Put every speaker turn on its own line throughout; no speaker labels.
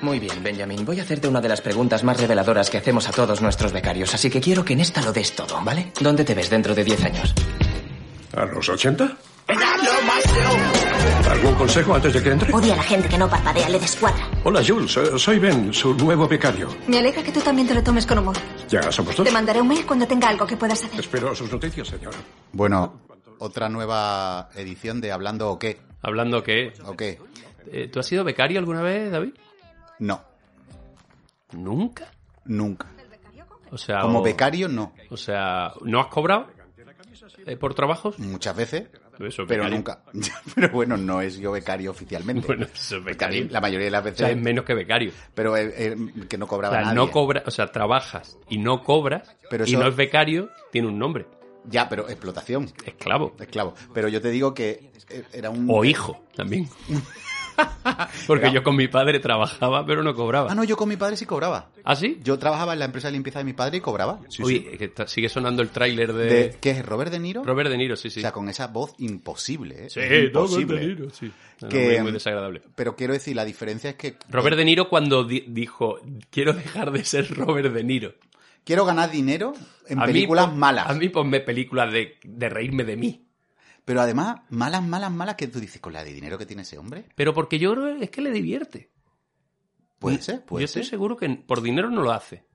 Muy bien, Benjamin. Voy a hacerte una de las preguntas más reveladoras que hacemos a todos nuestros becarios, así que quiero que en esta lo des todo, ¿vale? ¿Dónde te ves dentro de 10 años?
¿A los 80? ¿Algún consejo antes de que entre?
Odia a la gente que no parpadea, le descuadra.
Hola, Jules. eh, Soy Ben, su nuevo becario.
Me alegra que tú también te lo tomes con humor.
Ya somos dos.
Te mandaré un mail cuando tenga algo que puedas hacer.
Espero sus noticias, señora.
Bueno, otra nueva edición de Hablando o qué.
Hablando que...
¿O qué?
eh, ¿Tú has sido becario alguna vez, David?
No,
¿Nunca?
nunca.
O sea,
Como
o-
becario, no.
O sea, ¿no has cobrado eh, por trabajos?
Muchas veces,
Eso es
pero
becario.
nunca. Pero bueno, no es yo becario oficialmente.
Bueno, eso es becario.
La mayoría de las
O
veces.
sea, es menos que becario.
Pero eh, eh, que no
O
cobraba
sea,
nadie.
no cobra, o sea, trabajas y no cobras
Pero
y
eso-
no es becario, tiene un nombre,
Ya, pero explotación,
esclavo
esclavo. Pero yo te digo que eh, era un...
o hijo también. Porque yo con mi padre trabajaba, pero no
Ah,
cobraba.
no, yo con mi padre sí cobraba.
¿Ah, sí?
Yo trabajaba en la empresa de limpieza de mi padre y cobraba.
Oye, es que está- sigue sonando el tráiler de...
De- ¿Qué es? ¿Robert De Niro?
Robert De Niro, sí, sí.
O sea, con esa voz imposible, ¿eh?
Sí,
Es
Robert De Niro, sí. No, no,
Que, em, eh,
muy- muy desagradable.
Pero quiero decir, la diferencia es que
Robert De Niro cuando di- dijo, quiero dejar de ser Robert De Niro.
quiero ganar dinero en
A mí,
películas
pon-
malas.
A mí ponme películas de, de reírme de mí.
Pero además, malas, malas, malas, que tú dices, con la de dinero que tiene ese hombre,
Pero porque yo creo es que le divierte.
puede ser,
yo
puede
estoy
ser.
seguro que por dinero no lo hace.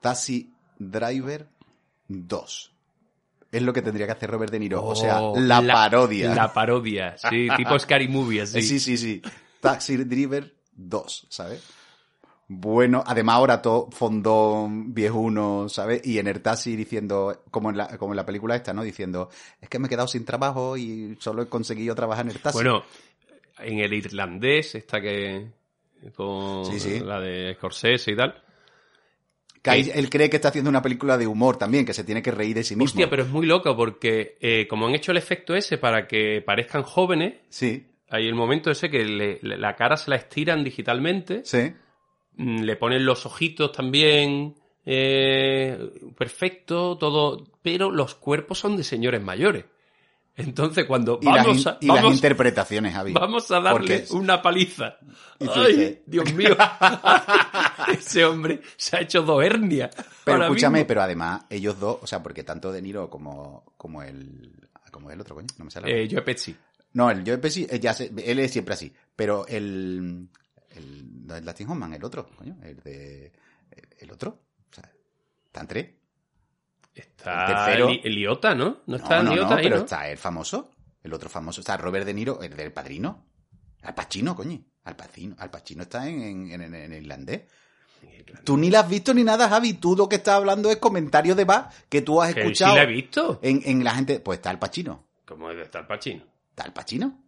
Taxi Driver 2. Es lo que tendría que hacer Robert De Niro. o sea,
Oh,
la, parodia.
La parodia, sí, tipo Scary Movie, así.
Eh, Sí, sí, sí. Taxi Driver 2, ¿sabes? Bueno, además ahora todo fondón, viejuno, ¿sabes? Y en el taxi diciendo, como en, la, como en la película esta, ¿no? Diciendo, es que me he quedado sin trabajo y solo he conseguido trabajar en el taxi.
Bueno, en el irlandés, esta que... Con
Sí, sí.
la de Scorsese y tal.
que ahí
eh,
él cree que está haciendo una película de humor también, que se tiene que reír de sí mismo.
Hostia, pero es muy loco porque eh, como han hecho el efecto ese para que parezcan jóvenes,
Sí,
hay el momento ese que le- le- la cara se la estiran digitalmente,
sí.
mm, le ponen los ojitos también eh, perfecto, todo, pero los cuerpos son de señores mayores. Entonces cuando
Y, las,
vamos
in-
a,
y las
vamos,
interpretaciones, Javi.
vamos a darle
Porque-
una paliza.
Y tú dices-
Ay, Dios mío, ese hombre se ha hecho dos hernias.
Pero
ahora
escúchame,
mismo.
pero además ellos dos, o sea, porque tanto De Niro como, como el... Como el otro, coño, no me sale. ahora.
Eh, yo Pepsi.
No, el Joe Pesci, eh, ya sé, él es siempre así. Pero el. el no es Dustin Hoffman, el otro, coño. El de. El otro. O sea, están tres. el
Está
tercero-
Li- Liota, ¿no? No está
No, no,
Liota
no,
ahí,
pero
¿no?
está el famoso. El otro famoso. Está Robert De Niro, el del padrino. Al Pacino, coño. Al Pacino. Al Pacino está en, en, en- en irlandés. Tú ni la has visto ni nada, Javi. Tú lo que estás hablando es comentarios de bar que tú has
Que
escuchado.
sí la he visto.
En, en la gente. Pues está Al Pacino.
Como está el Pachino.
¿Está el Pacino?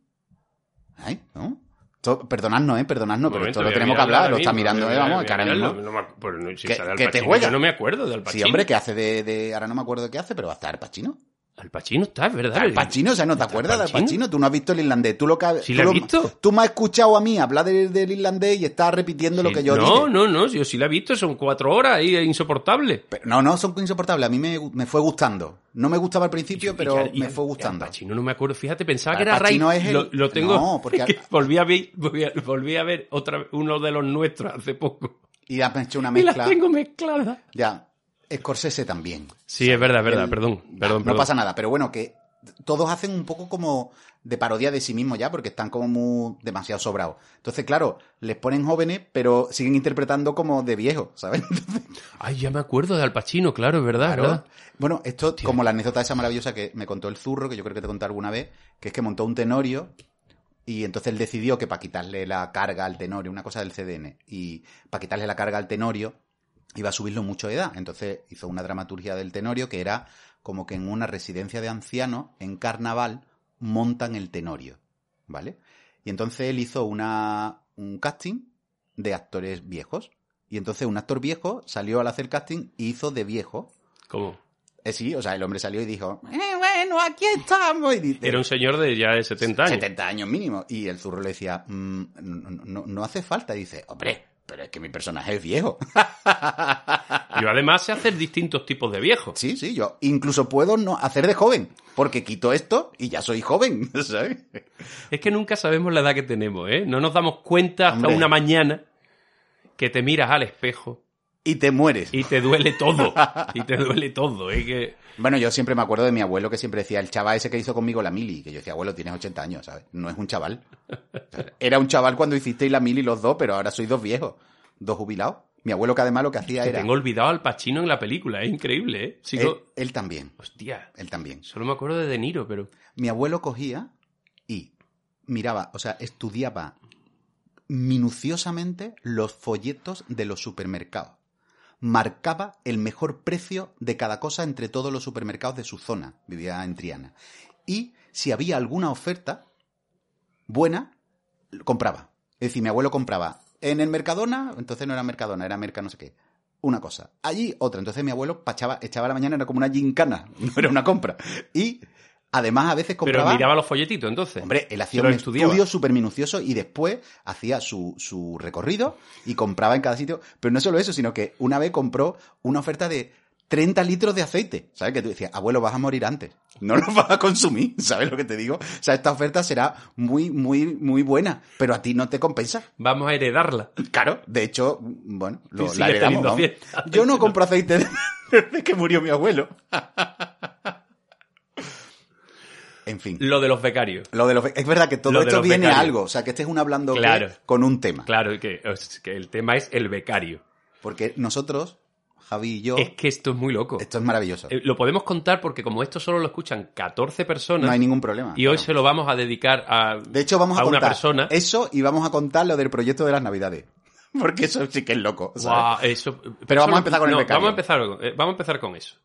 Ay, ¿no? To- perdonadnos, ¿eh? Perdonadnos, pero esto
Momento,
lo
voy a
tenemos que
mirarlo
hablar. Lo
ahora
está
mismo,
mirando,
voy a
¿eh? Vamos,
mirar-
que ahora
mirarlo.
mismo.
No me ac- pues no, si
Que-
sale Al
que te
Pacino,
juega.
Yo no me acuerdo del
Sí,
Pachino.
hombre, que hace de, de- Ahora no me acuerdo qué hace, pero va a estar el Pacino.
Al Pacino está, es verdad.
Al Pacino, o sea, ¿no te acuerdas del
Pacino?
Pacino? Tú no has visto el irlandés. Tú lo que has-
Sí,
tú
lo he
lo-
visto.
Tú me has escuchado a mí hablar de- del irlandés y estás repitiendo lo
Sí,
que yo
no,
dije.
no, no, yo sí la he visto, son cuatro horas y es insoportable.
Pero no, no, son insoportables. A mí me, me fue gustando. No me gustaba al principio, pero
Y- y-
me fue
y
gustando.
Al Pacino no me acuerdo, fíjate, pensaba
Al
que era Ray.
Pacino es el-
Lo, lo tengo.
No, porque-
que volví, a ver, volví, a, volví a ver otra vez uno de los nuestros hace poco.
Y has hecho una
Y las
mezcla.
tengo mezcladas.
Ya. Scorsese también.
Sí, es verdad, es verdad,
El-
perdón, perdón,
no
perdón.
pasa nada, pero bueno, que todos hacen un poco como de parodia de sí mismos ya, porque están como muy demasiado sobrados. Entonces, claro, les ponen jóvenes, pero siguen interpretando como de viejos, ¿sabes? Entonces,
Ay, ya me acuerdo de Al Pacino, claro, es verdad, es
claro.
verdad.
Bueno, esto como la anécdota esa maravillosa que me contó el zurro, que yo creo que te conté alguna vez, que es que montó un tenorio y entonces él decidió que para quitarle la carga al tenorio, una cosa del CDN, y para quitarle la carga al tenorio iba a subirlo mucho de edad. Entonces hizo una dramaturgia del tenorio que era como que en una residencia de ancianos, en carnaval, montan el tenorio, ¿vale? Y entonces él hizo una, un casting de actores viejos. Y entonces un actor viejo salió al hacer casting y hizo de viejo.
¿Cómo?
Eh, sí, o sea, el hombre salió y dijo, "Eh, bueno, aquí estamos. Y dice,
Era un señor de ya de 70 años.
70 años mínimo. Y el zurro le decía, "Mm, no, no- no hace falta. Y dice, hombre, pero es que mi personaje es viejo.
Yo además sé hacer distintos tipos de viejos.
Sí, sí, yo incluso puedo no hacer de joven, porque quito esto y ya soy joven, ¿sabes?
Es que nunca sabemos la edad que tenemos, ¿eh? No nos damos cuenta hasta
Hombre.
una mañana que te miras al espejo
Y te mueres.
y te duele todo. y te duele todo, ¿eh? Que...
Bueno, yo siempre me acuerdo de mi abuelo que siempre decía, el chaval ese que hizo conmigo la mili, que yo decía, abuelo, tienes 80 años, ¿sabes? No es un chaval. Era un chaval cuando hicisteis la mili los dos, pero ahora sois dos viejos, dos jubilados. Mi abuelo que además lo que hacía
Te
era...
tengo olvidado al Pachino en la película, es increíble, ¿eh?
él,
Sigo...
él también,
Hostia,
él también.
solo me acuerdo de De Niro, pero...
Mi abuelo cogía y miraba, o sea, estudiaba minuciosamente los folletos de los supermercados. Marcaba el mejor precio de cada cosa entre todos los supermercados de su zona, vivía en Triana. Y si había alguna oferta buena, compraba. Es decir, mi abuelo compraba en el Mercadona, entonces no era Mercadona, era Merca no sé qué. Una cosa. Allí otra. Entonces mi abuelo pachaba, echaba la mañana, era como una gincana, no era una compra. Y además a veces compraba.
Pero miraba los folletitos, entonces.
Hombre, él hacía
Se lo
un
estudiaba.
estudio súper minucioso y después hacía su, su recorrido y compraba en cada sitio. Pero no solo eso, sino que una vez compró una oferta de 30 litros de aceite. ¿Sabes? Que tú decías, abuelo, vas a morir antes. No lo vas a consumir. ¿Sabes lo que te digo? O sea, esta oferta será muy, muy, muy buena. Pero a ti no te compensa.
Vamos a heredarla.
Claro, de hecho, bueno, lo,
Tú
la
sigues
heredamos,
teniendo
vamos.
fiesta.
Yo no compro aceite desde que murió mi abuelo. En fin.
Lo de los becarios.
Lo de los- es verdad que todo
Lo de
esto
los
viene a
becarios.
algo, o sea, que este es un hablando que-
Claro.
con un tema.
Claro, que, es que el tema es el becario.
Porque nosotros, Javi y yo,
Es que esto es muy loco.
esto es maravilloso.
Eh, Lo podemos contar porque como esto solo lo escuchan 14 personas
no hay ningún problema.
y hoy
claro.
se lo vamos a dedicar a...
De hecho, vamos a,
a una
contar
persona.
eso y vamos a contar lo del proyecto de las Navidades. Porque eso sí que es loco. ¿sabes?
Guau, eso-
Pero vamos
solo-
a empezar con el
no,
becario.
Vamos a empezar, con- eh, vamos a empezar con eso.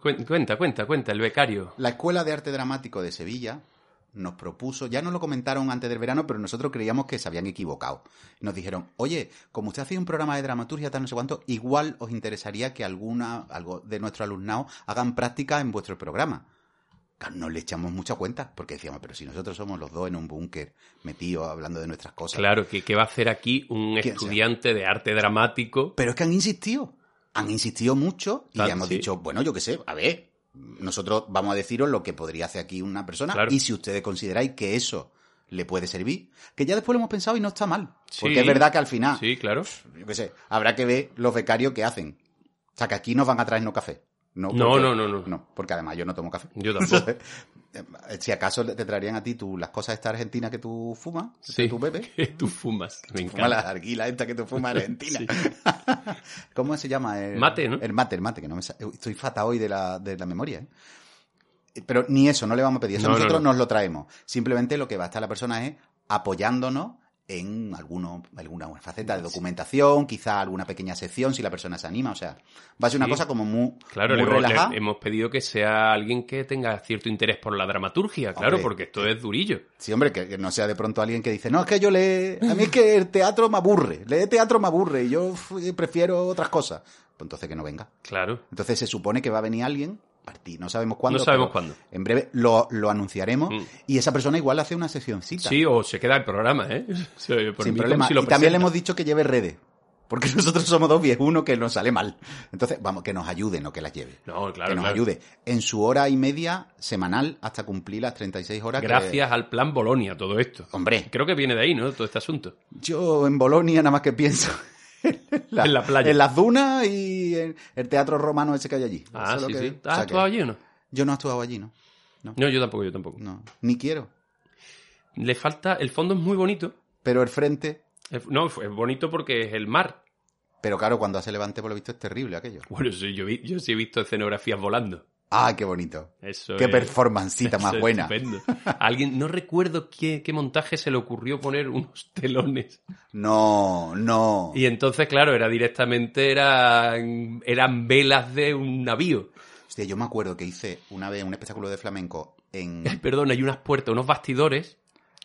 Cuen- Cuenta, cuenta, cuenta, el becario.
La Escuela de Arte Dramático de Sevilla nos propuso, ya nos lo comentaron antes del verano, pero nosotros creíamos que se habían equivocado. Nos dijeron, oye, como usted hace un programa de dramaturgia, tal, no sé cuánto, igual os interesaría que alguna, algo de nuestro alumnado hagan práctica en vuestro programa. Claro, No le echamos mucha cuenta, porque decíamos, pero si nosotros somos los dos en un búnker, metidos, hablando de nuestras cosas.
Claro, que, que va a hacer aquí un
¿Quién
estudiante de arte dramático.
Pero es que han insistido. Han insistido mucho y
Tan-
ya hemos
sí.
dicho, bueno, yo qué sé, a ver, nosotros vamos a deciros lo que podría hacer aquí una persona
Claro.
y si ustedes consideráis que eso le puede servir, que ya después lo hemos pensado y no está mal.
Sí.
Porque es verdad que al final,
Sí, claro.
yo qué sé, habrá que ver los becarios que hacen. O sea, que aquí nos van a traernos café. No,
No,
porque-
no, no, no.
porque además yo no tomo café. Eh,
Yo tampoco.
Si acaso te traerían a ti tú las cosas estas argentinas que tú fumas,
Sí.
que tú bebes.
Que tú fumas. Me
Fuma
encanta.
la arguila esta que tú fumas Argentina. ¿Cómo se llama? El,
Mate, ¿no?
El mate, el mate, que no me sa- Estoy fata hoy de la, de la memoria, ¿eh? Pero ni eso, no le vamos a pedir. Eso
No, no,
nosotros
no.
nos lo traemos. Simplemente lo que va a estar la persona es apoyándonos en alguno, alguna faceta de documentación, quizá alguna pequeña sección, si la persona se anima. O sea, va a ser una
Sí.
cosa como muy,
Claro,
muy
le, hemos- le
relajada.
hemos pedido que sea alguien que tenga cierto interés por la dramaturgia, claro,
Hombre.
porque esto es durillo.
Sí, hombre, que, que no sea de pronto alguien que dice, no, es que yo le... A mí es que el teatro me aburre, leer teatro me aburre y yo uf, prefiero otras cosas. Pues entonces que no venga.
Claro.
Entonces se supone que va a venir alguien, partí, no sabemos cuándo.
No sabemos
pero
cuándo.
En breve lo, lo anunciaremos
Mm.
y esa persona igual hace una seccioncita.
Sí, o se queda el programa, ¿eh? O sea, por
sin
mí,
problema.
como si lo
y también le
presenta.
hemos dicho que lleve redes. Porque nosotros somos dos viejos, uno que nos sale mal. Entonces, vamos, que nos ayude, no que las lleve.
No, claro,
que nos
claro.
ayude. En su hora y media semanal hasta cumplir las 36 horas. que-
Gracias al plan Bolonia todo esto.
Hombre,
Creo que viene de ahí, ¿no? Todo este asunto.
Yo en Bolonia nada más que pienso. En,
En la playa.
En las dunas y en el teatro romano ese que hay allí. Eso
Ah,
es lo
sí,
que-
sí.
o sea
¿Has
que
actuado allí o no?
Yo no he actuado allí, ¿no?
No, yo tampoco, yo tampoco.
No, Ni quiero.
Le falta... El fondo es muy bonito.
Pero el frente...
El- No, es bonito porque es el mar.
Pero claro, cuando hace levante, por lo visto, es terrible aquello.
Bueno, sí, yo, vi- yo sí he visto escenografías volando.
¡Ay, qué bonito!
Eso
¡Qué
es-
performancita
eso
más
es
buena!
estupendo. Alguien, no recuerdo qué, qué montaje se le ocurrió poner unos telones.
No, no.
Y entonces, claro, era directamente, eran, eran velas de un navío.
Hostia, yo me acuerdo que hice una vez un espectáculo de flamenco en...
Perdón, hay unas puertas, unos bastidores.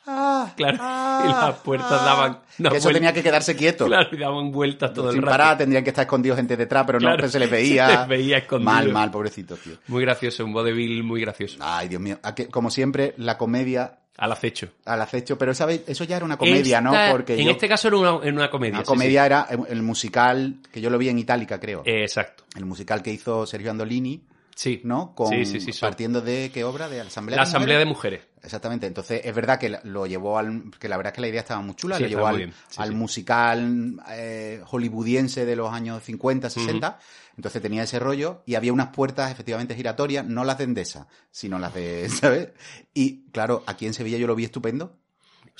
¡Ah!
Claro,
ah,
y las puertas
ah.
daban una
Que eso
vuelta.
tenía que quedarse quieto.
Claro, y daban vueltas todo
Sin
el rato.
parar, tendrían que estar escondidos gente detrás, pero no
Claro,
que se les
se
veía.
les veía escondido.
Mal, mal, pobrecito, tío.
Muy gracioso, un vodevil muy gracioso.
Ay, Dios mío. A que, como siempre, la comedia
al acecho.
al acecho, pero ¿sabes? eso ya era una comedia, ¿no?
Esta-
Porque
en
yo-
este caso era una, en una comedia.
una
sí,
comedia era el- el musical que yo lo vi en Itálica, creo.
sí. Eh, exacto.
El musical que hizo Sergio Andolini,
Sí.
¿no? Con,
sí, sí, sí, son-
partiendo de qué obra, de Asamblea
La
de
asamblea de
Mujeres.
mujeres.
Exactamente. Entonces, es verdad que la- lo llevó al. que la verdad es que la idea estaba muy chula,
Sí,
lo llevó
estaba
al,
muy bien. Sí,
al
sí.
musical eh, hollywoodiense de los años 50, 60. Entonces tenía ese rollo y había unas puertas efectivamente giratorias, no las de Endesa, sino las de. ¿Sabes? Y claro, aquí en Sevilla yo lo vi estupendo.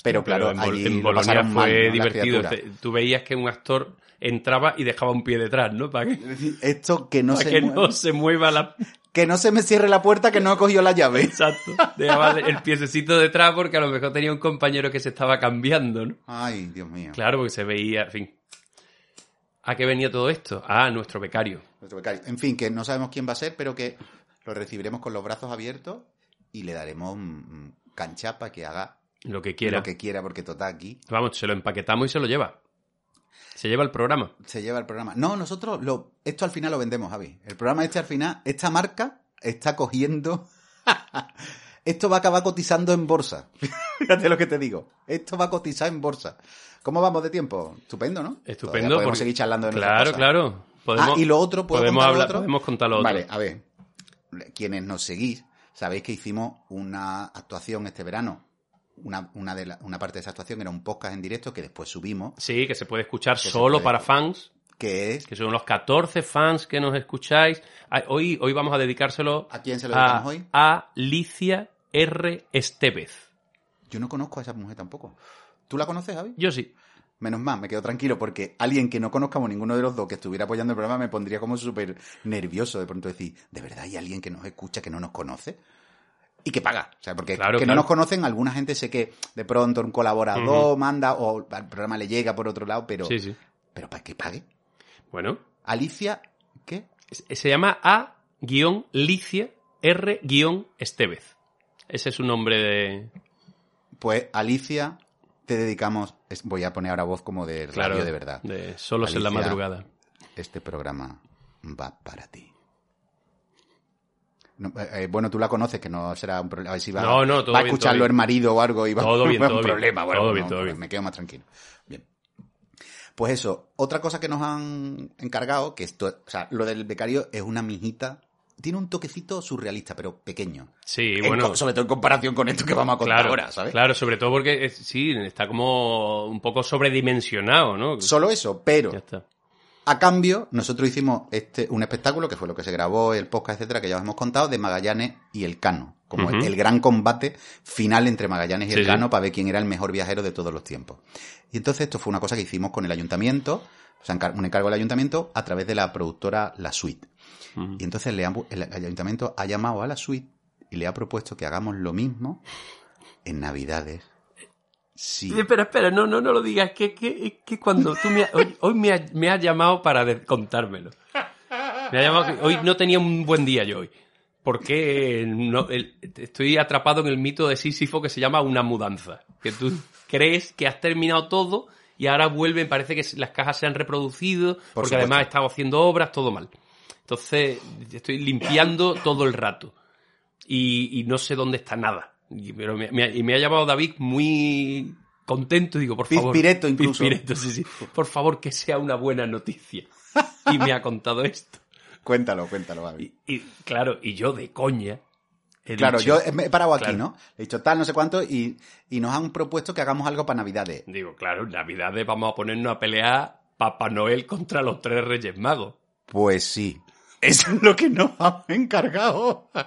Pero claro,
en, Bol-
allí
en
lo
Bolonia
pasaron mal,
fue
¿no? Las
divertido.
criaturas.
Te- Tú veías que un actor entraba y dejaba un pie detrás, ¿no? Para que,
Es decir, Esto que no, se
para Ah, que
mueve-
no se mueva la...
que no se me cierre la puerta que no he cogido la llave.
Exacto. Dejaba el piececito detrás porque a lo mejor tenía un compañero que se estaba cambiando, ¿no?
Ay, Dios mío.
Claro, porque se veía, en fin. ¿A qué venía todo esto? Ah, nuestro becario.
Nuestro becario. En fin, que no sabemos quién va a ser, pero que lo recibiremos con los brazos abiertos y le daremos mm, cancha para que haga
Lo que quiera.
lo que quiera, porque total aquí
Vamos, se lo empaquetamos y se lo lleva. Se lleva el programa.
se lleva el programa. No, nosotros lo, esto al final lo vendemos, Javi. El programa este al final, esta marca está cogiendo... esto va a acabar cotizando en bolsa. Fíjate lo que te digo. Esto va a cotizar en bolsa. ¿Cómo vamos de tiempo? Estupendo, ¿no?
Estupendo.
Todavía podemos
porque-
seguir charlando de nuestras
Claro,
cosas.
claro. Podemos,
ah, y lo otro, ¿puedo
podemos
contar lo
hablar,
otro?
podemos contar lo otro.
Vale, a ver. Quienes nos seguís, sabéis que hicimos una actuación este verano. Una, una, de la- una parte de esa actuación era un podcast en directo que después subimos,
Sí, que se puede escuchar
se
solo
puede.
para fans,
que es...
que son los 14 fans que nos escucháis. Ay, Hoy, hoy vamos a dedicárselo
¿A quién se lo
a,
dedicamos hoy?
a Alicia R. Estevez.
Yo no conozco a esa mujer tampoco. ¿Tú la conoces, Javi?
Yo sí.
Menos mal, me quedo tranquilo porque alguien que no conozcamos ninguno de los dos que estuviera apoyando el programa me pondría como súper nervioso de pronto decir, ¿de verdad hay alguien que nos escucha que no nos conoce? Y que paga. O sea, porque
Claro,
que
claro.
no nos conocen, alguna gente sé que de pronto un colaborador manda o al programa le llega por otro lado, pero,
Sí, sí.
pero para que pague.
Bueno,
Alicia, ¿qué?
eh, se se llama A-Licia R-Estevez. Ese es su nombre de...
Pues Alicia, te dedicamos. es- Voy a poner ahora voz como de radio
Claro,
de verdad.
De Solos en la
Alicia.
madrugada.
Este programa va para ti. No, eh, eh, bueno, tú la conoces, que no será un problema. A ver si va,
No, no, todo
va a
bien,
escucharlo
todo bien.
el marido o algo y va
Todo bien,
va a ser
todo
un
bien,
problema. Bueno,
todo bien,
no,
todo
pues
bien.
me quedo más tranquilo. Bien. Pues eso, otra cosa que nos han encargado, que esto, o sea, lo del becario es una mijita. Tiene un toquecito surrealista, pero pequeño.
Sí,
En
bueno...
co- sobre todo en comparación con esto que vamos a contar ahora, ¿sabes?
Claro, sobre todo porque es- sí, está como un poco sobredimensionado, ¿no?
Solo eso, pero
Ya está.
A cambio, nosotros hicimos este, un espectáculo que fue lo que se grabó, el podcast, etcétera, que ya os hemos contado, de Magallanes y el Cano. Como el-
Ujú.
el, gran combate final entre Magallanes y
Sí,
el
sí.
Cano para ver quién era el mejor viajero de todos los tiempos. Y entonces esto fue una cosa que hicimos con el ayuntamiento, o sea, encar- un encargo del ayuntamiento a través de la productora La Suite.
Ujú.
Y entonces le han bu- el ayuntamiento ha llamado a La Suite y le ha propuesto que hagamos lo mismo en Navidades. Sí.
Espera, espera, no, no, no lo digas, que, que, que cuando tú me ha- hoy, hoy me, ha- me has llamado para de- contármelo. Me ha llamado, que hoy no tenía un buen día yo hoy. Porque no, el- estoy atrapado en el mito de Sísifo que se llama una mudanza. Que tú crees que has terminado todo y ahora vuelven, parece que las cajas se han reproducido, porque
supuesto.
además he estado haciendo obras, todo mal. Entonces, estoy limpiando todo el rato. y, y no sé dónde está nada. Y, pero me, me ha- y me ha llamado David muy contento, digo, por favor.
Pispireto incluso.
Pispireto, sí, sí. Por favor, que sea una buena noticia. Y me ha contado esto.
Cuéntalo, cuéntalo, Gaby.
Y, y, claro, y yo de coña. he
Claro,
dicho-
yo me he parado aquí,
Claro.
¿no? He dicho tal, no sé cuánto, y, y nos han propuesto que hagamos algo para Navidades.
Digo, claro, en Navidades vamos a ponernos a pelear Papá Noel contra los tres Reyes Magos.
Pues sí. Eso es lo que nos han encargado.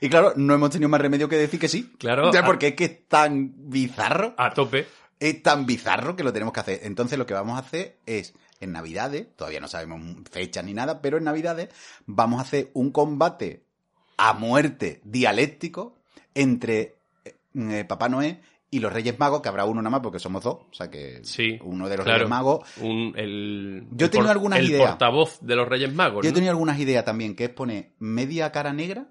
Y claro, no hemos tenido más remedio que decir que sí.
Claro,
Ya,
a-
porque es que es tan bizarro.
A tope.
Es tan bizarro que lo tenemos que hacer. Entonces lo que vamos a hacer es, en Navidades, todavía no sabemos fechas ni nada, pero en Navidades vamos a hacer un combate a muerte dialéctico entre eh, eh, Papá Noé y los Reyes Magos, que habrá uno nada más porque somos dos, o sea que
Sí,
uno de los
claro.
Reyes Magos.
Un, el,
Yo he tenido
por-
algunas
el
ideas.
portavoz de los Reyes Magos.
Yo he
Pues ¿no?
tenido algunas ideas también, que es poner media cara negra,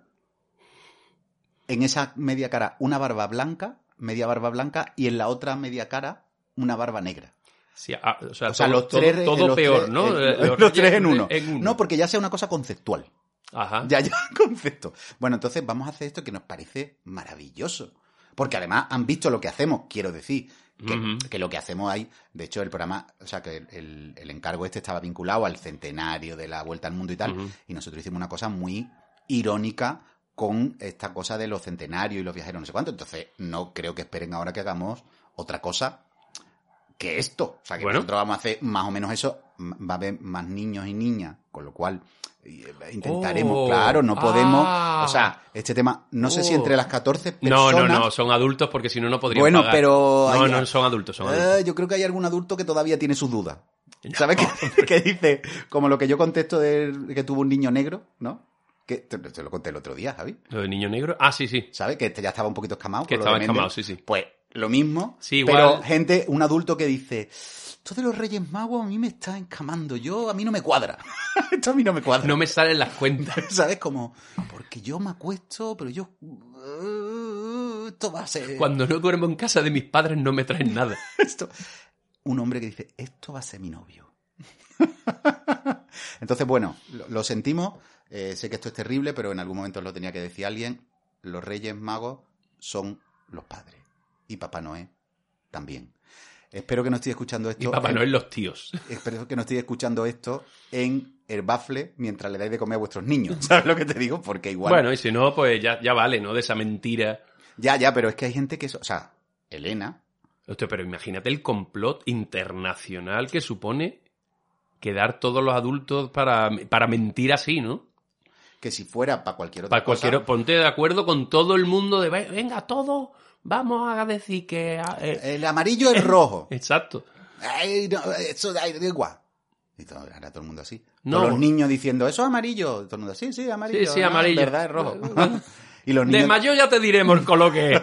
en esa media cara una barba blanca, media barba blanca, y en la otra media cara una barba negra.
Sí, ah, o sea,
O sea,
todo,
los tres
todo-
re-
todo
los
peor,
tres-
¿no?
el-
Eh,
los
Reyes
tres en uno.
en uno.
No, porque ya sea una cosa conceptual.
Ajá.
Ya, ya, concepto. Bueno, entonces vamos a hacer esto que nos parece maravilloso. Porque además han visto lo que hacemos, quiero decir. Que,
Ujú.
que lo que hacemos ahí, de hecho, el programa, o sea, que el, el encargo este estaba vinculado al centenario de la vuelta al mundo y tal,
Ujú.
y nosotros hicimos una cosa muy irónica con esta cosa de los centenarios y los viajeros, no sé cuánto. Entonces, no creo que esperen ahora que hagamos otra cosa que esto. O sea, que
Bueno.
nosotros vamos a hacer más o menos eso. M- Va a haber más niños y niñas, con lo cual y, eh, intentaremos,
Oh,
claro, no podemos.
ah.
O sea, este tema, no sé si
Oh.
entre las 14
No,
personas.
no, no, son adultos porque si no, no podrían
Bueno,
pagar.
pero
No,
hay-
no, son adultos, son
Eh,
adultos.
yo creo que hay algún adulto que todavía tiene sus dudas. ¿Sabes qué, qué dice? Como lo que yo contesto de que tuvo un niño negro, ¿no? Que te, te lo conté el otro día, Javi.
¿Lo de niño negro? Ah, sí, sí.
¿Sabes? Que este ya estaba un poquito escamado.
Que
con lo de
estaba
Mendel.
escamado, sí, sí.
Pues lo mismo.
Sí, igual-
Pero gente, un adulto que dice, esto de los Reyes Magos a mí me está encamando, yo, a mí no me cuadra. esto a mí no me cuadra.
No me salen las cuentas.
¿Sabes? Como, porque yo me acuesto, pero yo... eh, Esto va a ser...
Cuando no duermo en casa de mis padres no me traen nada.
esto. Un hombre que dice, esto va a ser mi novio. Entonces, bueno, lo, lo sentimos. eh, sé que esto es terrible, pero en algún momento lo tenía que decir alguien. Los reyes magos son los padres. Y Papá Noé también. Espero que no eh. estéis escuchando esto.
Y Papá
en-
Noel los tíos.
Espero que no estéis escuchando esto en el bafle mientras le dais de comer a vuestros niños. ¿Sabes lo que te digo? Porque igual.
Bueno, y si no, pues ya, ya vale, ¿no? De esa mentira.
Ya, ya, pero es que hay gente que. es- O sea, Elena.
Hostia, pero imagínate el complot internacional que supone quedar todos los adultos para, para mentir así, ¿no?
Que si fuera para cualquier otra
Para cualquier,
cosa,
ponte de acuerdo con todo el mundo de, "Ve- venga, todos vamos a decir que... ah, eh".
El amarillo es rojo.
Exacto.
Ay, no, eso ay, da igual. Y todo, ahora todo el mundo así.
No.
Todos los niños diciendo, eso es amarillo. Todo el mundo, sí, sí, amarillo.
Sí, sí,
no,
amarillo.
En verdad es rojo. y los
De
niños.
mayo ya te diremos el color que es.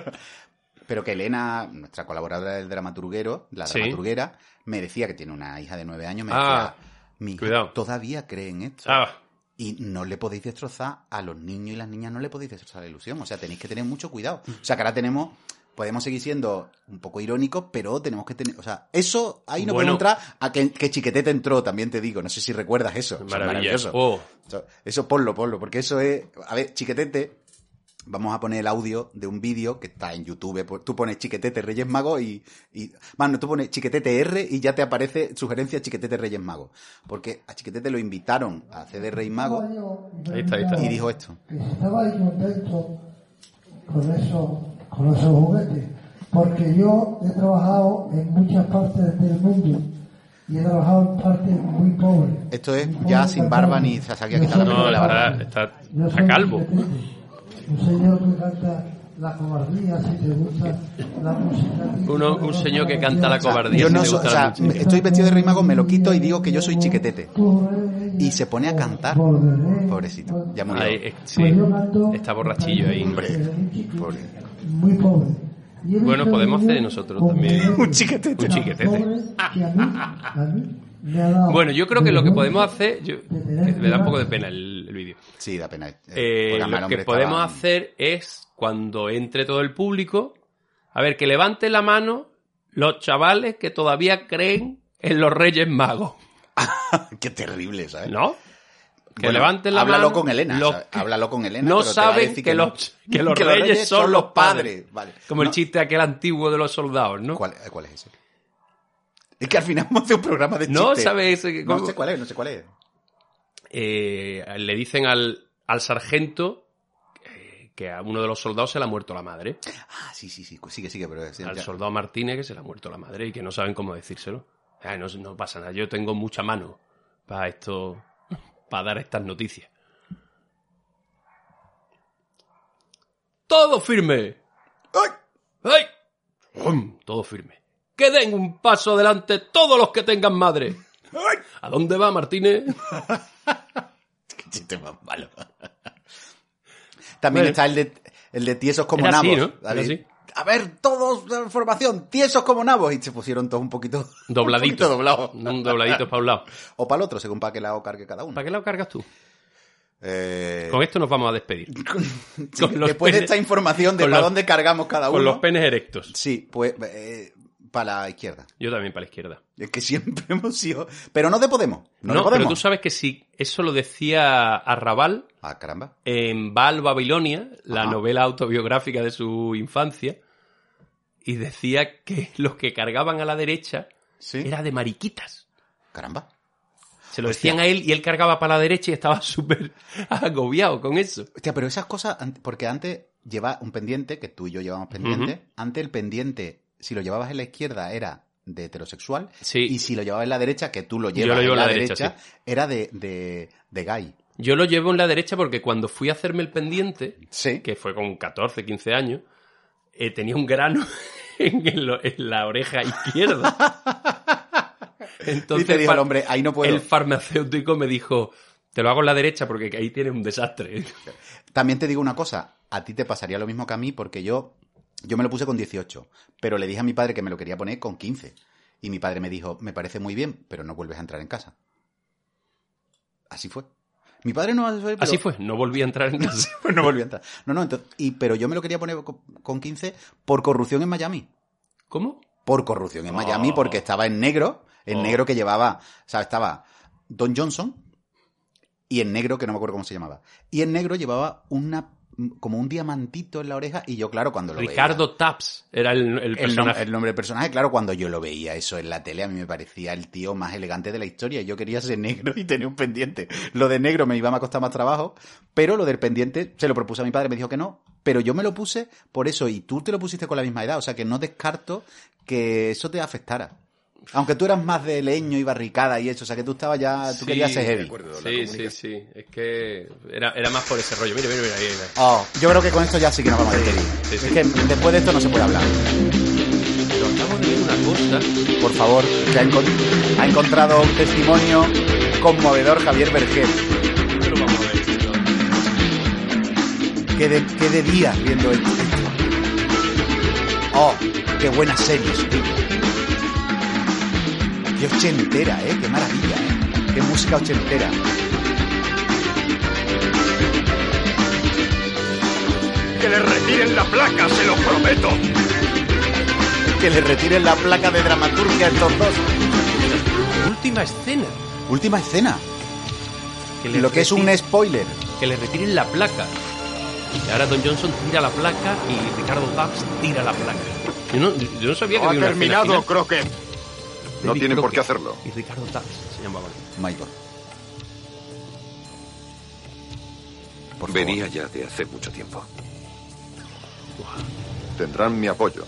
Pero que Elena, nuestra colaboradora del dramaturguero, la
Sí.
dramaturguera, me decía que tiene una hija de nueve años, me
Ah,
decía, mi hija
cuidado.
todavía cree en esto.
Ah,
Y no le podéis destrozar a los niños y las niñas, no le podéis destrozar la ilusión. O sea, tenéis que tener mucho cuidado.
Mm.
O sea, que ahora tenemos, podemos seguir siendo un poco irónicos, pero tenemos que tener. O sea, eso ahí no podemos
Bueno.
entrar a que, que Chiquetete entró, también te digo. No sé si recuerdas eso. Eso es
maravilloso. Oh,
maravilloso. Eso, eso ponlo, ponlo, porque eso es. A ver, chiquetete. Vamos a poner el audio de un vídeo que está en YouTube. Pues Tú pones chiquetete Reyes Magos y. y bueno, tú pones chiquetete R y ya te aparece sugerencia chiquetete Reyes Magos. Porque a chiquetete lo invitaron a hacer de Rey Mago
Ahí está, ahí está.
y dijo esto.
que estaba contento con eso, con esos juguetes, porque yo he trabajado en muchas partes del mundo y he trabajado en partes muy pobres.
Esto es ya sin barba ni se había
Yo
quitado la
soy-
peluca
No,
de la barba.
está, está,
yo
está
soy
calvo.
independiente. Un señor que canta la cobardía, si te gusta la música.
Uno- un señor que canta la
O sea,
cobardía,
yo
si
no
te
soy-
gusta
o
la
sea,
música.
estoy vestido de Rey Mago, me lo quito y digo que yo soy chiquetete. Y se pone a cantar. Pobrecito, ya murió.
Ahí, eh,
Pues
sí, está borrachillo ahí. ¿no?
Hombre, pobre.
Muy pobre. Y he visto
Bueno, podemos hacer
niños
nosotros
con
también.
juguetes
Un chiquetete.
Un chiquetete.
pobres que a mí- a mí me ha dado
Bueno, yo creo que lo que
vergüenza
podemos hacer. yo-
de tener
me da un
que
poco de
dar-
pena el, el vídeo.
Sí, da pena. eh,
Eh,
porque además el
lo que
hombre
podemos
estaba-
hacer es, cuando entre todo el público, a ver, que levante la mano los chavales que todavía creen en los Reyes Magos.
Qué terrible, ¿sabes?
¿No? Que
Eh, Bueno,
levanten la
háblalo
mano.
con Elena.
los
¿sabes? Háblalo con Elena.
no
pero te va a
saben
decir
que
no.
los- que los reyes son los padres.
Vale.
Como el
No,
chiste aquel antiguo de los soldados, ¿no?
¿cuál, eh, cuál es ese? Es que al final hemos hecho un programa de
No,
chistes.
¿sabes ese que-
No sé cuál es, no sé cuál es.
eh, le dicen al, al sargento eh, que a uno de los soldados se le ha muerto la madre.
Ah, sí, sí, sí. Sigue, sigue, pero... es-
al
ya-
soldado Martínez que se le ha muerto la madre y que no saben cómo decírselo. Ah, no, no pasa nada, yo tengo mucha mano para esto, para dar estas noticias. ¡Todo firme!
¡Ay!
¡Ay! ¡Rum! Todo firme. ¡Que den un paso adelante todos los que tengan madre! ¿A dónde va Martínez?
Qué chiste más malo. También
Bueno.
está el de, el de tiesos como
Era así,
nabos.
¿no? Era
David.
así.
A ver, todos la información, tiesos como nabos. Y se pusieron todos un poquito...
Dobladito.
Un poquito doblados.
Un dobladito para un lado.
O para el otro, según para que lado cargue cada uno.
¿Para qué lado cargas tú?
Eh,
Con esto nos vamos a despedir.
sí,
con los
después de
penes-
esta información de
con
para
los-
dónde cargamos cada uno.
Con los penes erectos.
Sí, pues eh, para la izquierda.
Yo también para la izquierda.
Es que siempre hemos sido. Pero no de Podemos. No, de
No, pero
Podemos.
tú sabes que si eso lo decía Arrabal
Ah, caramba.
en Val Babilonia, la
Ajá.
novela autobiográfica de su infancia, y decía que los que cargaban a la derecha
Sí.
era de mariquitas.
Caramba.
Se lo
Hostia.
decían a él y él cargaba para la derecha y estaba súper agobiado con eso.
Hostia, pero esas cosas, an- porque antes lleva un pendiente, que tú y yo llevamos pendiente, antes el pendiente, si lo llevabas en la izquierda era de heterosexual,
Sí.
y si lo llevabas en la derecha, que tú lo
Yo
llevas
lo llevo
en la, derecha,
derecha,
era de, de, de gay.
Yo lo llevo en la derecha porque cuando fui a hacerme el pendiente,
Sí.
que fue con 14, 15 años, eh, tenía un grano en, el- en la oreja izquierda. Entonces,
y te dijo
pa-
el hombre, ahí no puedo.
el farmacéutico me dijo, te lo hago en la derecha porque ahí tienes un desastre.
También te digo una cosa, a ti te pasaría lo mismo que a mí porque yo, yo me lo puse con 18, pero le dije a mi padre que me lo quería poner con 15. Y mi padre me dijo, me parece muy bien, pero no vuelves a entrar en casa. Así fue. Mi padre no pero-
Así fue, no volví a entrar en casa.
no volvió a entrar. No, no, entonces, y, pero yo me lo quería poner co- con 15 por corrupción en Miami.
¿Cómo?
Por corrupción en
Oh.
Miami porque estaba en negro, el
Oh.
negro que llevaba, o sea, estaba Don Johnson y el negro que no me acuerdo cómo se llamaba. Y el negro llevaba una como un diamantito en la oreja y yo claro cuando lo veía-
Ricardo Taps era el,
el, nom-
el personaje.
el nombre del personaje, claro, cuando yo lo veía eso en la tele, a mí me parecía el tío más elegante de la historia. Yo quería ser negro y tener un pendiente. Lo de negro me iba a costar más trabajo, pero lo del pendiente se lo propuse a mi padre, me dijo que no. Pero yo me lo puse por eso y tú te lo pusiste con la misma edad, o sea que no descarto que eso te afectara. Aunque tú eras más de leño y barricada y eso, o sea que tú estabas ya, Ah, tú
Sí,
querías ser
de
heavy.
Sí, sí, sí. Es que era, era más por ese rollo. Mira, mira, mira. ahí, ahí.
Oh, yo creo que con esto ya sí que nos vamos a despedir.
sí, sí.
Es que después de esto no se puede hablar.
Pero acabo de ver una cosa.
Por favor, que ha, encon- ha encontrado un testimonio conmovedor Javier Vergés,
Esto lo vamos a ver, chicos.
que de, que de días viendo esto. Oh, qué buenas series, tío. Qué ochentera, eh, qué maravilla, eh. Qué música ochentera.
Que le retiren la placa, se lo prometo.
Que le retiren la placa de dramaturgia a estos dos.
Última escena.
Última escena,
le
lo que es un
retiren-
spoiler.
Que le retiren la placa. Y ahora Don Johnson tira la placa y Ricardo Taps tira la placa. Yo no, yo no sabía que había una escena final.
Crockett. No
David
tienen por
Crockett
qué hacerlo.
Y Ricardo Taps se llamaba.
Michael. Por favor.
Venía ya de hace mucho tiempo. Tendrán mi apoyo.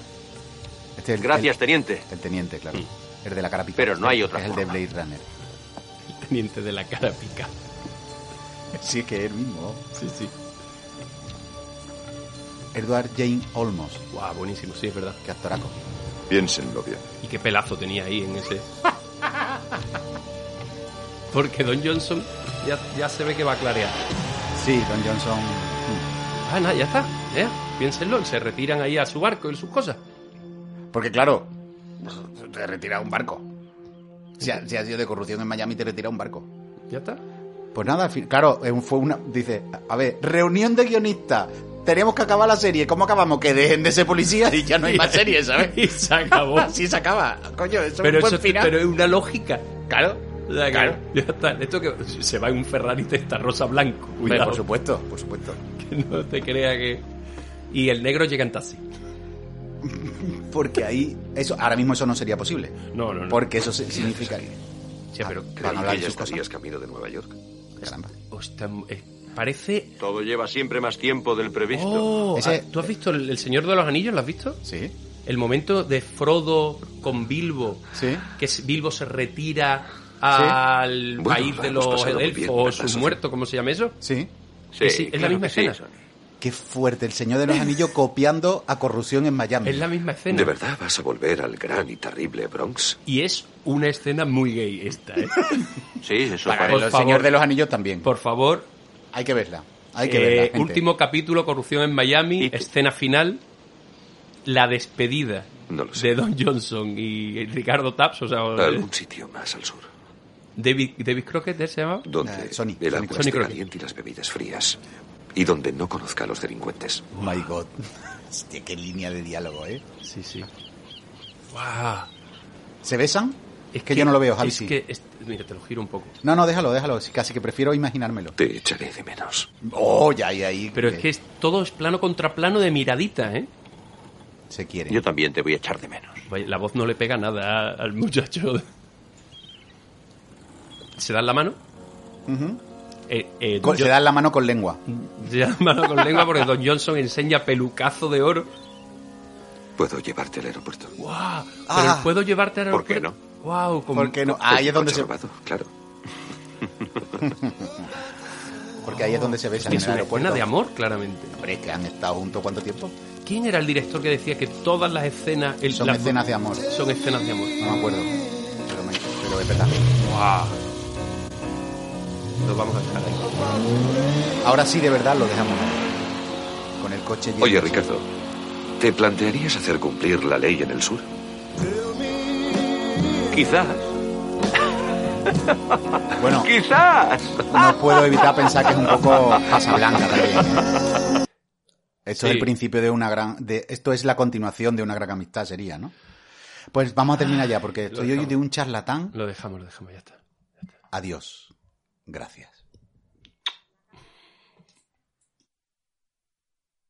Este es el-
Gracias, teniente.
El teniente, claro. El de la cara picada.
Pero no hay otra
Es el de
forma.
Blade Runner.
El teniente de la cara pica.
Sí, que es el mismo.
Sí, sí.
Edward Jane Olmos,
Guau, buenísimo, sí, es verdad.
que actoraco.
Piénsenlo bien.
Y qué pelazo tenía ahí en ese. Porque Don Johnson ya, ya se ve que va a clarear.
Sí, Don Johnson. mm.
Ah, nada, ya está. Ya, piénsenlo, se retiran ahí a su barco y sus cosas.
Porque claro, te retira un barco. Si ha, si ha sido de corrupción en Miami, te retira un barco.
Ya está.
Pues nada, al fin- claro, eh, fue una... Dice, a ver, reunión de guionistas. Tenemos que acabar la serie. ¿Cómo acabamos? Que dejen de ser policías y ya no hay más series, ¿sabes?
Y se acabó.
Así se acaba. Coño, eso es
pero,
un buen
eso-
final.
pero es una lógica.
Claro.
O sea que-
Claro.
Ya está. Esto que se va en un Ferrari esta rosa blanco.
Pero
Cuidado,
por supuesto, por supuesto.
que no te crea que. Y el negro llega en taxi.
Porque ahí, eso, ahora mismo eso no sería posible.
No, no, no.
Porque eso se- significa que. Ah,
Sí, pero.
Van a hablar de sus cosas.
camino de Nueva York.
Caramba.
Hostia, eh, parece.
Todo lleva siempre más tiempo del previsto.
Oh,
Ese-
ah, ¿Tú has visto el, el Señor de los Anillos? ¿Lo has visto?
Sí,
El momento de Frodo con Bilbo.
sí.
Que es- Bilbo se retira al
Bueno,
país
lo
de
hemos
los
pasado muy bien,
elfos o
¿verdad,
sus
Sofía?
muertos, ¿cómo se llama eso?
Sí.
Sí,
sí, es la
claro
misma
que sí,
escena.
Sonny.
Qué fuerte, el Señor de los Anillos copiando a corrupción en Miami.
Es la misma escena.
¿De verdad vas a volver al gran y terrible Bronx?
Y es una escena muy gay esta, ¿eh?
Sí, eso
Para
parece.
el
por favor.
Señor de los Anillos también.
Por favor,
Hay que verla. Hay que
eh,
verla. gente.
último capítulo, corrupción en Miami,
Y-
escena final, la despedida
No lo sé.
de Don Johnson y Ricardo Taps, o sea,
Algún sitio más al sur.
David, David Crockett, ¿eh? ¿se llama?
Donde
Eh, Sony, Sony
el agua
Crockett.
Sony
esté
Crockett.
caliente y las bebidas frías. Y donde no conozca a los delincuentes.
Oh My God. Hostia, qué línea de diálogo, ¿eh?
Sí, sí. ¡Guau!
¿Se besan? Es que, yo no lo veo, Javi.
Es
sí.
que, es- mira, te lo giro un poco.
No, no, déjalo, déjalo. Sí, Casi que prefiero imaginármelo.
Te echaré de menos.
Oh, ya, ahí, ahí.
Pero es que es- todo es plano contra plano de miradita, ¿eh?
Se quiere.
Yo también te voy a echar de menos.
Vaya, La voz no le pega nada al muchacho. ¿Se dan la mano? Eh, eh,
Con-
Don
Se dan la mano con lengua.
John- se dan mano con lengua porque Don Johnson enseña pelucazo de oro.
Puedo llevarte al aeropuerto.
¡Guau!
Ah.
Pero puedo llevarte al
¿Por qué
aeropuerto. ¡Guau! Con,
Porque no, ahí es donde
Coche
se,
robado, claro.
porque ahí es donde se besan en
es
el
una escena
aeropuerto.
de amor, claramente.
Hombre, que han estado juntos cuánto tiempo.
¿Quién era el director que decía que todas las escenas... el-
Son
las-
escenas de amor.
Son escenas de amor.
No me acuerdo. Pero, me- pero es verdad.
¡Guau! Lo vamos a dejar ahí.
Ahora sí, de verdad, lo dejamos. Con el coche lleno.
Oye, Ricardo, ¿te plantearías hacer cumplir la ley en el sur?
Quizás,
Bueno,
quizás.
no puedo evitar pensar que es un poco Casablanca también. ¿eh? Esto es
Sí.
el principio de una gran... de- esto es la continuación de una gran amistad, sería, ¿no? Pues vamos a terminar ya, porque estoy hoy
dejamos.
de un charlatán.
Lo dejamos, lo dejamos, ya está.
Adiós. Gracias.